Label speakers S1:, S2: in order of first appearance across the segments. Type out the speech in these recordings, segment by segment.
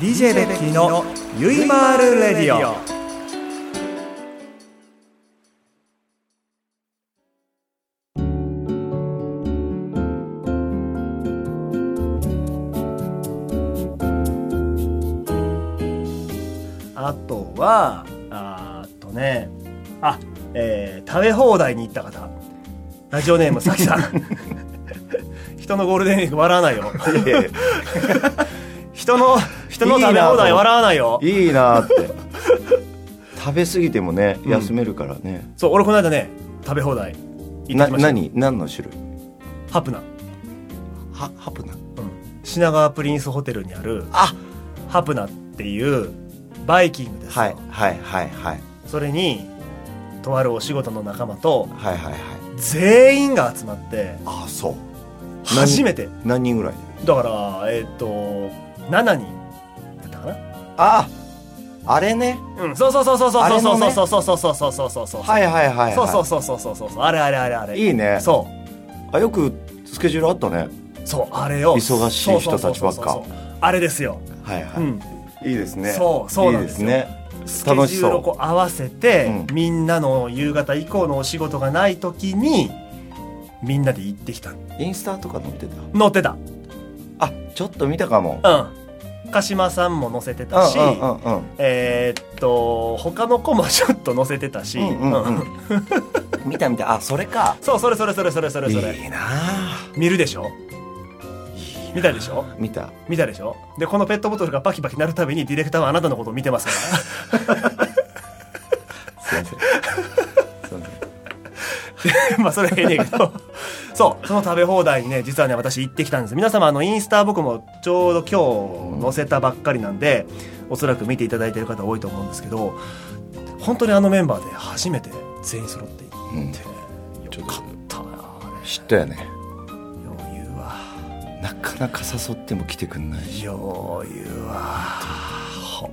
S1: DJ ベッキーのゆいまーるレディオあとはあーっとねあえー食べ放題に行った方ラジオネームさきさん人のゴールデンウィーク笑わないよ
S2: いやいや
S1: 人の人の食べ放題笑わないよ
S2: いいなーって食べ過ぎてもね
S1: ん
S2: 休めるからね、
S1: そう俺この間ね食べ放題行っ
S2: な
S1: てきました
S2: 何何の種類
S1: ハプナ、
S2: はハプナ
S1: 品川プリンスホテルにある
S2: あ
S1: ハプナっていうバイキングですよ、
S2: はいはいはいはい
S1: それにとあるお仕事の仲間と
S2: はいはいはい
S1: 全員が集まって
S2: あそう何
S1: 初めて
S2: 何人ぐらいで
S1: だからえっ、と7人だったかな
S2: ああれね
S1: うんそうそうそうそう
S2: あ
S1: そう
S2: れのね
S1: そうそうそうそうそうそうそうそうそう
S2: はいはいはい、はい、
S1: そうそうそうそうそうそうそうあれあれあれあれ
S2: いいね
S1: そう
S2: あよくスケジュールあったね
S1: そうあれを
S2: 忙しい人たちば
S1: そ
S2: っか
S1: うそうそうそうあれですよ、
S2: はいは
S1: う
S2: い、
S1: ん
S2: いいですね
S1: そうそうなんですよ
S2: いいですね
S1: スケジュールをこう合わせて、
S2: う
S1: みんなの夕方以降のお仕事がない時にみんなで行ってきた
S2: インスタとか載ってた
S1: 乗ってた
S2: あちょっと見たかも
S1: うん鹿島さんも乗せてたし、
S2: うんうんうんうん
S1: えーっと他の子もちょっと乗せてたし、
S2: うんうんうん
S1: うん
S2: 見た見たあそれか
S1: そうそれそれそれそれそれそれ
S2: いいなあ
S1: 見るでしょ見たでしょ
S2: 見た
S1: 見たでしょでこのペットボトルがパキパキ鳴るたびにディレクターはあなたのことを見てますから
S2: すいませんすいませ ん
S1: まあそれはええねんけどそうその食べ放題にね実はね私行ってきたんです皆様あのインスタ僕もちょうど今日載せたばっかりなんでおそらく見ていただいてる方多いと思うんですけど本当にあのメンバーで初めて全員揃って行っ
S2: うん
S1: て、よかったなあれ
S2: 嫉妬やね
S1: 余裕は
S2: なかなか誘っても来てくんないし
S1: 余裕はほん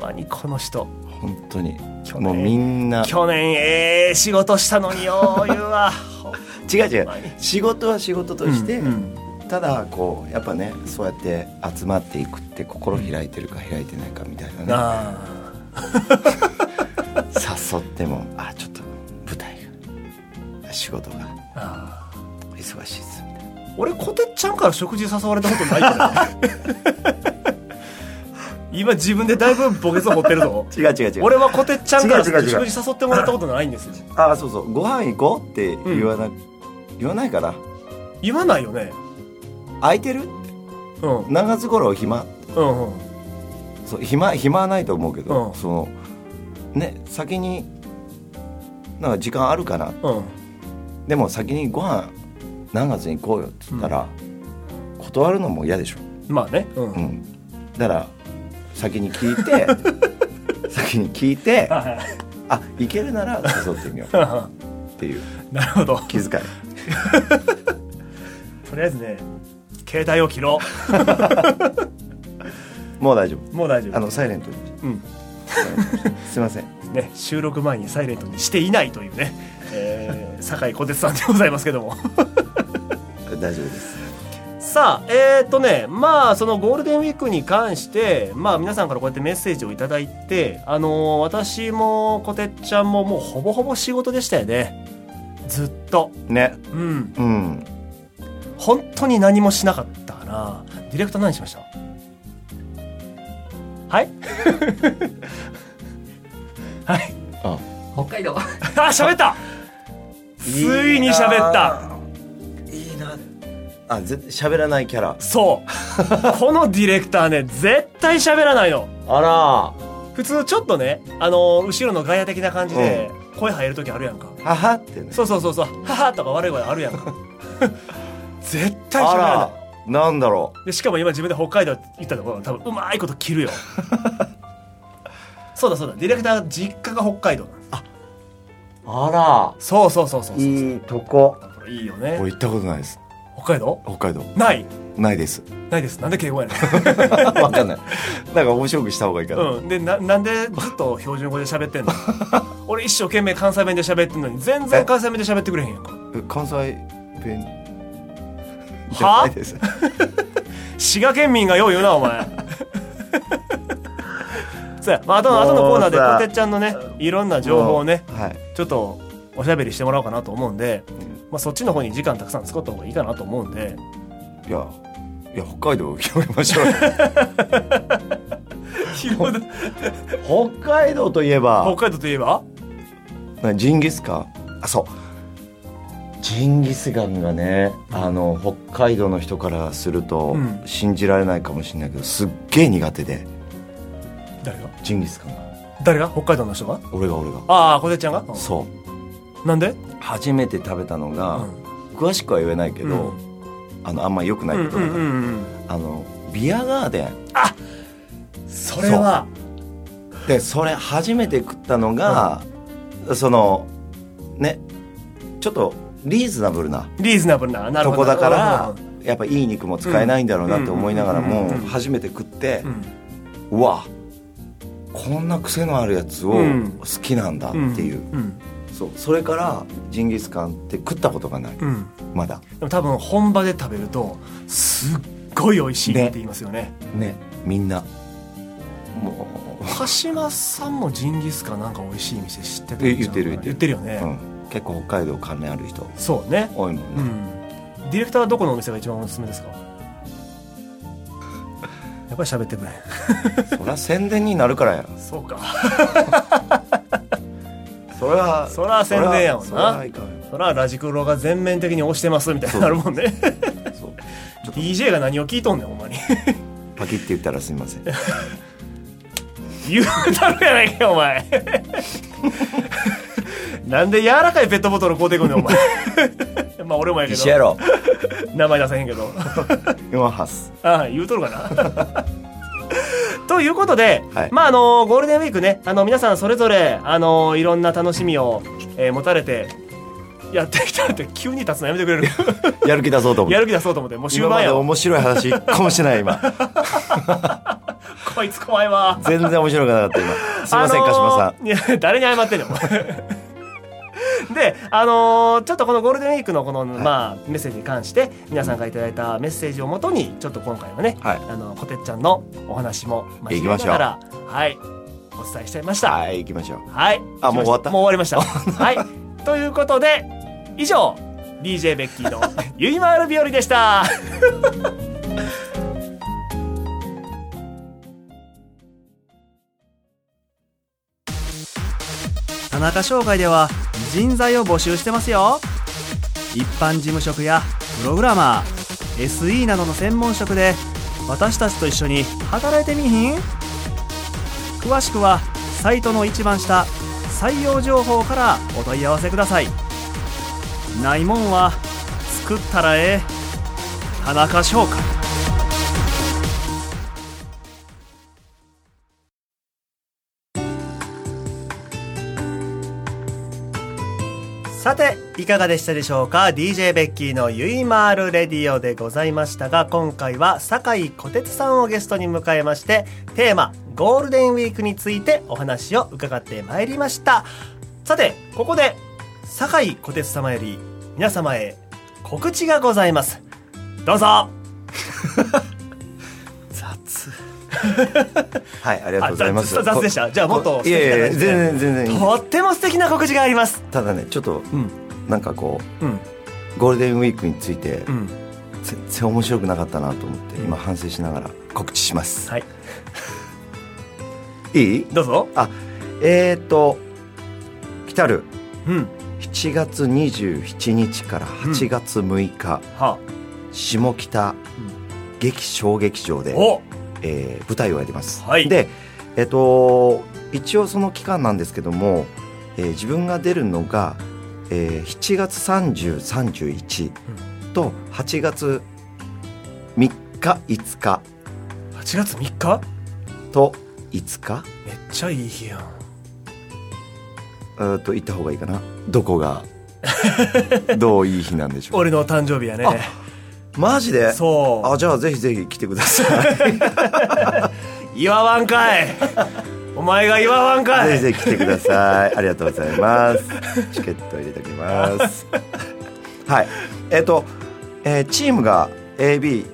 S1: まにこの人
S2: 本当に
S1: 去年
S2: もうみんな
S1: 去年ええ仕事したのに余裕 はほん
S2: 違う違う
S1: まに
S2: 仕事は仕事として、
S1: うんうん
S2: ただこうやっぱねそうやって集まっていくって心開いてるか開いてないかみたいなね
S1: なあ
S2: 誘ってもあちょっと舞台が仕事が
S1: ああ
S2: 忙しいですみたいな
S1: 俺コテッちゃんから食事誘われたことないからね 今自分でだいぶ墓穴を掘ってるぞ
S2: 違う違う違う
S1: 俺はコテッちゃんから
S2: 違う違う違う
S1: 食事誘ってもらったことないんですよ
S2: あそうそうご飯行こうって言わな、言わないかな
S1: 言わないよね
S2: 空いてる
S1: うんうん
S2: 長津頃暇
S1: うん
S2: そう暇暇はないと思うけど、
S1: うん
S2: そのね先になんか時間あるかな
S1: うん
S2: でも先にご飯何月に行こうよって言ったら、断るのも嫌でしょ、
S1: まあねうん、
S2: う
S1: はい
S2: ん、だから先に聞いて先に聞いて
S1: は
S2: あ行けるなら誘ってみよう
S1: い
S2: っ
S1: は
S2: ていう
S1: いなるほど
S2: 気遣い
S1: とりあえずね携帯を切ろ
S2: もう大丈
S1: うもう大丈
S2: 夫
S1: 夫
S2: あのサイレントに
S1: うん
S2: すいません
S1: ね、収録前にサイレントにしていないというね、えー、酒井小鉄さんでございますけども
S2: 大丈夫です
S1: さあえっ、とねまあそのゴールデンウィークに関してまあ皆さんからこうやってメッセージをいただいてあのー私もこてっちゃんももうほぼほぼ仕事でしたよねずっと
S2: ね
S1: うん
S2: うん
S1: 本当に何もしなかったかなディレクター何しましたはい はい
S2: あ
S3: 北海道
S1: あ喋ったついに喋った
S2: いいなあぜ喋らないキャラ
S1: そうこのディレクターね絶対喋らないの
S2: あ
S1: 普通ちょっとねあのー後ろのガヤ的な感じで声入る時あるやんか、
S2: らははってね
S1: そうそうそうそう「はは」とか悪い声あるやん か絶対喋ら
S2: あ
S1: な
S2: らなんだろ
S1: いでしかも今自分で北海道って言ったところ多分うまいこと切るよ そうだそうだディレクター実家が北海道なんです
S2: うあ
S1: そうそうそうそうそう
S2: いいとこ
S1: これいいよね
S2: 俺行ったことないです
S1: 北海道
S2: 北海道
S1: ない
S2: ないです
S1: ないですなんで敬語やねん
S2: わかんないなんか面白くした方がいいかな、
S1: うん、でななんでずっと標準語で喋ってんの俺一生懸命関西弁で喋ってんのに全然関西弁で喋ってくれへんやんか
S2: え関西弁
S1: は
S2: じゃないです
S1: 滋賀県民がよう言うなお前 そうや、まあ、あとの後のコーナーで
S2: もうさ
S1: こてっちゃんのねいろんな情報をね
S2: はい
S1: ちょっとおしゃべりしてもらおうかなと思うんで、まあ、そっちの方に時間たくさん使った方がいいかなと思うんで
S2: いやいや北海道を広げましょうよ 北海道といえ
S1: 北
S2: ば
S1: 海道といえば
S2: なジンギスカンあそうジンギスカンがねあの北海道の人からすると
S1: うん
S2: 信じられないかもしれないけどすっげえ苦手で
S1: 誰が
S2: ジンギスカンが
S1: 誰が北海道の人が
S2: 俺が俺が
S1: ああこてっちゃんが、う
S2: そうん
S1: なんで、
S2: 初めて食べたの
S1: う
S2: が、
S1: ん、
S2: 詳しくは言えないけ
S1: け
S2: ど、あのあんま良くな
S1: う
S2: い
S1: ん
S2: こ
S1: う
S2: とだ
S1: ん
S2: か
S1: う
S2: ら
S1: ん
S2: あのビアガーデン
S1: うんそれは
S2: でそれ初めて食ったのが、そのねちょっとリーズナブルな
S1: リーズナブルななる
S2: と
S1: ほ
S2: こ
S1: ど
S2: だから
S1: う、
S2: やっぱいい肉も使えないんだろうなって思いながら
S1: うん
S2: も
S1: うんうん
S2: 初めて食って
S1: ん、うん
S2: うわこんな癖のあるやつを
S1: うん
S2: 好きなんだっていう、
S1: うん
S2: そうそれからジンギスカンって食ったことがない
S1: うん、
S2: まだ
S1: でも多分本場で食べるとすっごい美味しいって言いますよね
S2: ねみんなもう
S1: 鹿島さんもジンギスカンなんか美味しい店知ってたん
S2: え言ってる
S1: じゃん言ってるよね、
S2: うん、結構北海道関連ある人
S1: そうね
S2: 多い
S1: う
S2: もんね、
S1: ん ディレクターはどこのお店が一番おすすめですかやっぱり喋ってくれ
S2: そりゃ宣伝になるからや
S1: そうか
S2: それは
S1: そら宣伝やもんな
S2: そらそらいかん
S1: そらラジクロが全面的に推してますみたいになるもんね
S2: やそう
S1: DJ が何を聞いとんねんほんまに
S2: パキって言ったらすみ ません
S1: 言うたるやないかよお前なんで柔らかいペットボトル買うてくんねん お前まあ俺もやけ
S2: 石野
S1: ど
S2: 郎
S1: 名前出せへんけど
S2: 今ハス
S1: ああ言うとるかな ということで、
S2: はい
S1: まああのゴールデンウィークねあの皆さんそれぞれあのいろんな楽しみを、えー持たれてやってきたって急に立つのやめてくれ る
S2: やる気出そうと思っ
S1: や
S2: て
S1: る気出そうと思ってもう終
S2: 今ま
S1: 盤
S2: で
S1: やわ
S2: 面白い話一個もしてない今
S1: こいつ怖いわ
S2: 全然面白くなかった今すいません、
S1: あのー
S2: 鹿島さん
S1: いや誰に謝ってんの で、あのーちょっとこのゴールデンウィークのこの、まあ、メッセージに関して皆さんからいただいたメッセージをもとにちょっと今回はね、
S2: はい
S1: あのこてっちゃんのお話も交え
S2: 行きましょう
S1: ながらはい、お伝えしちゃいました。
S2: はい行きましょう
S1: はい。
S2: あ もう終わった
S1: もう終わりました。はい。ということで、以上、DJ ベッキー のゆいまーる日和でした。田中商会では人材を募集してますよ一般事務職やプログラマー SE などの専門職で私たちと一緒に働いてみいひん詳しくはサイトの一番下採用情報からお問い合わせくださいないもんは作ったらええ田中商会さていかがでしたでしょうか DJ ベッキーのゆいまーるレディオでございましたが今回は酒井小鉄さんをゲストに迎えましてテーマ「ゴールデンウィーク」についてお話を伺ってまいりましたさてここで酒井小鉄様より皆様へ告知がございますどうぞ
S2: 雑はいありがとうございます
S1: あ雑雑でしたじゃあもっと
S2: こいやいやいや全然全然いい
S1: とっても素敵な告知があります
S2: ただねちょっと
S1: うん
S2: なんかこ
S1: うん
S2: うゴールデンウィークについて
S1: うん
S2: 全然面白くなかったなと思って今反省しながら告知します
S1: はい
S2: いい
S1: どうぞ
S2: あえー、と来たる
S1: うん
S2: 7月27日から8月6日、
S1: は
S2: 下北劇小劇場
S1: あ
S2: で、
S1: お
S2: えー舞台をやります、
S1: はい
S2: でえっ、と一応その期間なんですけども、えー自分が出るのが、えー7月3031と8月3日5日
S1: 8月3日
S2: と5日
S1: めっちゃいい日やん
S2: うーんと言った方がいいかなど こがどういい日なんでしょう
S1: 俺の誕生日やね
S2: マジで
S1: そ
S2: あじゃあぜひぜひ来てください
S1: う祝わん かいお前が祝わんか
S2: ぜひ
S1: い
S2: ぜひ来てくださいありがとうござい ますチケット入れておきますはいえっ、と、えーチームが AB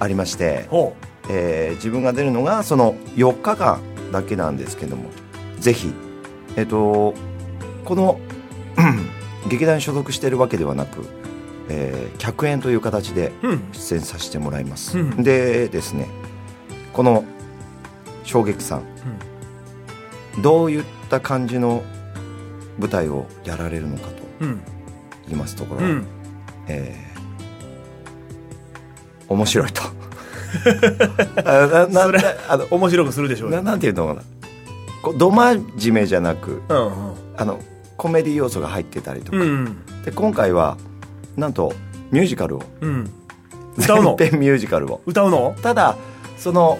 S2: ありまして、
S1: ほ
S2: えー自分が出るのがその4日間だけなんですけどもぜひえっとこのうん劇団に所属しているわけではなく、えー客演という形で
S1: うん
S2: 出演させてもらいます、
S1: うん
S2: でですねこの衝撃さん
S1: うん
S2: どういった感じの舞台をやられるのかと
S1: うん
S2: 言いますところ、
S1: うん
S2: えー面白い とあなな
S1: それ
S2: あの
S1: 面白くするでしょう
S2: な
S1: よ
S2: なんていうのかなこうど真面目じゃなく
S1: うん
S2: あのコメディ要素が入ってたりとか、
S1: うんうん
S2: で今回はなんとミュージカルを
S1: うん歌うの
S2: 全編ミュージカルを
S1: 歌うの
S2: ただその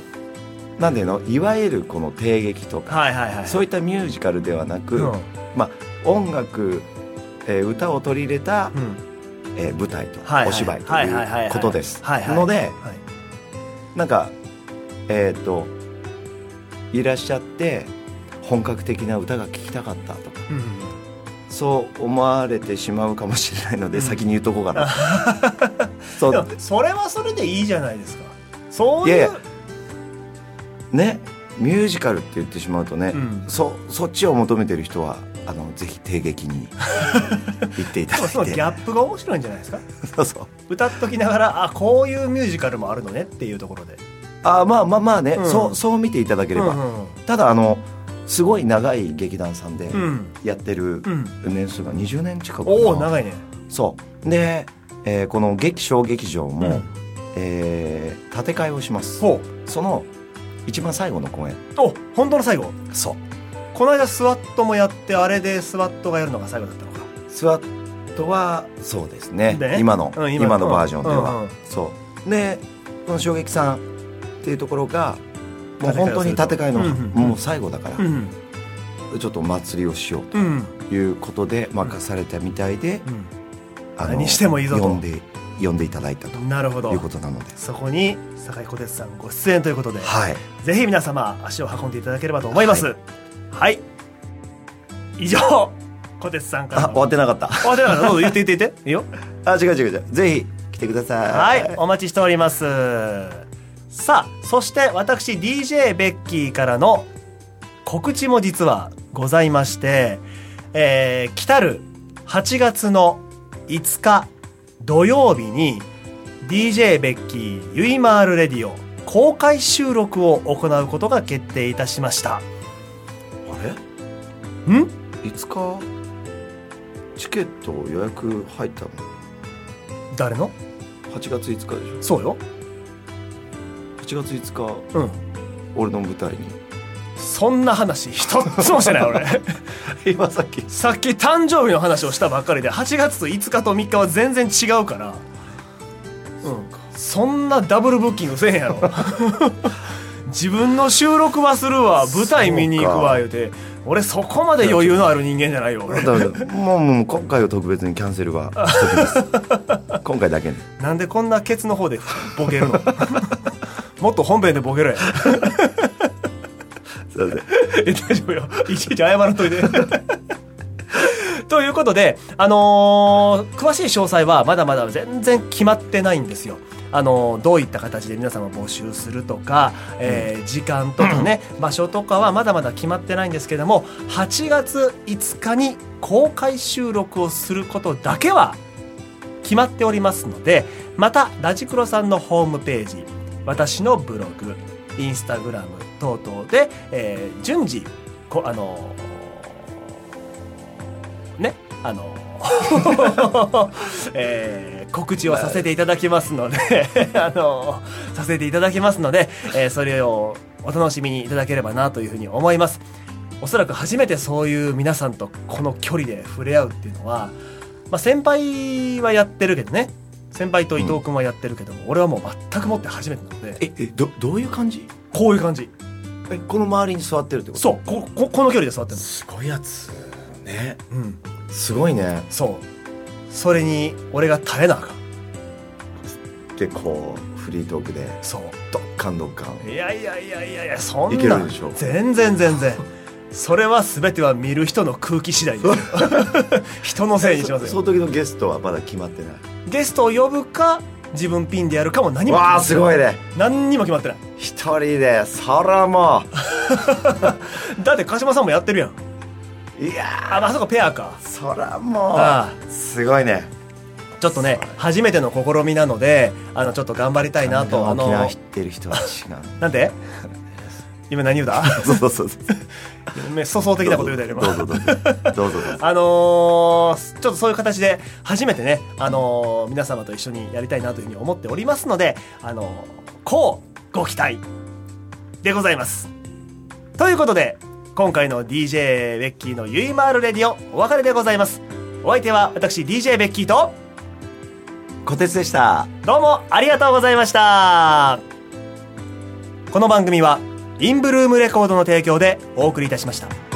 S2: なんていうのいわゆるこの帝劇とか、
S1: はいはいはい
S2: そういったミュージカルではなく、
S1: うん
S2: 音楽、えー歌を取り入れた、
S1: うん
S2: えー舞台と
S1: はいはい
S2: お芝居と
S1: はいいはいはいは
S2: う
S1: い
S2: ことです
S1: はいはい
S2: ので
S1: はい
S2: なんかえっ、といらっしゃって本格的な歌が聴きたかったとか
S1: うん
S2: そう思われてしまうかもしれないので、
S1: うん
S2: 先に言うとこうかな そ
S1: でも
S2: う
S1: それはそれでいいじゃないですかそう
S2: い
S1: い
S2: や
S1: う
S2: いねミュージカルって言ってしまうとね、
S1: うん
S2: そそっちを求めてる人はあのぜひ定 劇に行っていた
S1: でもその
S2: だい
S1: ギ
S2: て
S1: ャップが面白いんじゃないですか
S2: そうそう
S1: 歌っときながらあこういうミュージカルもあるのねっていうところで
S2: あまあまあまあね、
S1: うん
S2: そうそう見ていただければ、
S1: うん
S2: ただあのすごい長い劇団さんで
S1: うん
S2: やってる
S1: うん
S2: 年数が20年近くかな
S1: おお長いね
S2: そうで、えーこの劇小劇場も、
S1: うん
S2: えー建て替えをします
S1: ほう
S2: その一番最後の公演
S1: お本当の最後
S2: そう
S1: この間スワットもやってあれでスワットがやるのが最後だったのか
S2: スワットはそうですね
S1: で
S2: 今の、
S1: うん
S2: 今
S1: 今の
S2: のバージョンでは、
S1: うんうん
S2: そうでこの衝撃さんっていうところがもう本当に建て替えの、
S1: 建て替えをするとうんうん
S2: もう最後だから、
S1: うん
S2: ちょっとお祭りをしよう
S1: うん
S2: ということで任されたみたいで、あの
S1: 何してもいいぞと
S2: 呼んで呼んでいただいたと
S1: うんなるほど
S2: いうことなので
S1: そこに酒井小鉄さんご出演ということで、
S2: はい
S1: ぜひ皆様足を運んでいただければと思いますはい、以上小鉄さんから
S2: あ
S1: の
S2: 終わってなかった
S1: あではどうぞ言って言って言っていいよ
S2: あ違う違う違うぜひ来てくださ
S1: はいい、お待ちしております。さあ、そして私 DJ ベッキーからの告知も実はございまして、えー、来たる8月の5日土曜日に DJ ベッキーゆいまーるレディオ公開収録を行うことが決定いたしました。
S2: あ
S1: ん
S2: れいつかチケット予約入ったの
S1: 誰の
S2: 8月5日でしょ
S1: そうよ。
S2: 8月5日
S1: うん。
S2: 俺の舞台に
S1: そんな話一つもしてない俺。
S2: 今さっき
S1: さっき誕生日の話をしたばっかりで8月と5日と3日は全然違うから、うん、そんなダブルブッキングせえへんやろ 自分の収録はするわ舞台見に行くわ言うて俺そこまで余裕のある人間じゃないよ俺
S2: だめだもうもう今回は特別にキャンセルはしときます今回だけね
S1: なんでこんなケツの方でボケる のもっと本編でボケろや
S2: すいません
S1: え大丈夫よいちいち謝らんといて ということで、あのー詳しい詳細はまだまだ全然決まってないんですよ。あのーどういった形で皆様募集するとか、えー時間とか ね、場所とかはまだまだ決まってないんですけども8月5日に公開収録をすることだけは決まっておりますのでまたラジクロさんのホームページ私のブログインスタグラム等々で、えー順次こあのーねあのー えー告知をさせていただきますので、 あのーさせていただきますので、えーそれをお楽しみにいただければなというふうに思いますおそらく初めてそういう皆さんとこの距離で触れ合うっていうのは、まあ、先輩はやってるけどね先輩と伊藤君はやってるけども、俺はもう全くもって初めてなので
S2: ええどどういう感じ
S1: こういう感じ
S2: えこの周りに座ってるってこと
S1: そうこここの距離で座ってる
S2: すごいやつね
S1: のうん
S2: すごいね
S1: そうそれに俺が耐えなあかん
S2: 結構フリートークで
S1: そ
S2: ドッカンドッカン
S1: ういやいやいやいやいやそん
S2: いけ
S1: な
S2: るでしょ
S1: 全然全然それは全ては見る人の空気次第です 人のせいにします
S2: そ
S1: よ
S2: の時のゲストはまだ決まってない
S1: ゲストを呼ぶか自分ピンでやるかも何も
S2: わあすごいね
S1: 何にも決まってない
S2: 一人でそらも
S1: だって鹿島さんもやってるやん
S2: ういや
S1: あまあそこペアか
S2: ーそらも
S1: あ
S2: うすごいね
S1: ちょっとね初めての試みなのであのちょっと頑張りたいなとあ
S2: 沖
S1: の
S2: 縄知ってる人は違う
S1: なんで今何言うだ
S2: そうそうそうそう
S1: め粗相的なこと言うたよ今
S2: どうぞどうぞどうぞどうぞ
S1: あのーちょっとそういう形で初めてね、あのー皆様と一緒にやりたいなというふうに思っておりますので、あのこうご期待でございます。ということで今回の DJ ベッキーのゆいまーるレディオお別れでございます。お相手は私 DJ ベッキーと
S2: 小鉄でした
S1: どうもありがとうございました。この番組はインブルームレコードの提供でお送りいたしました。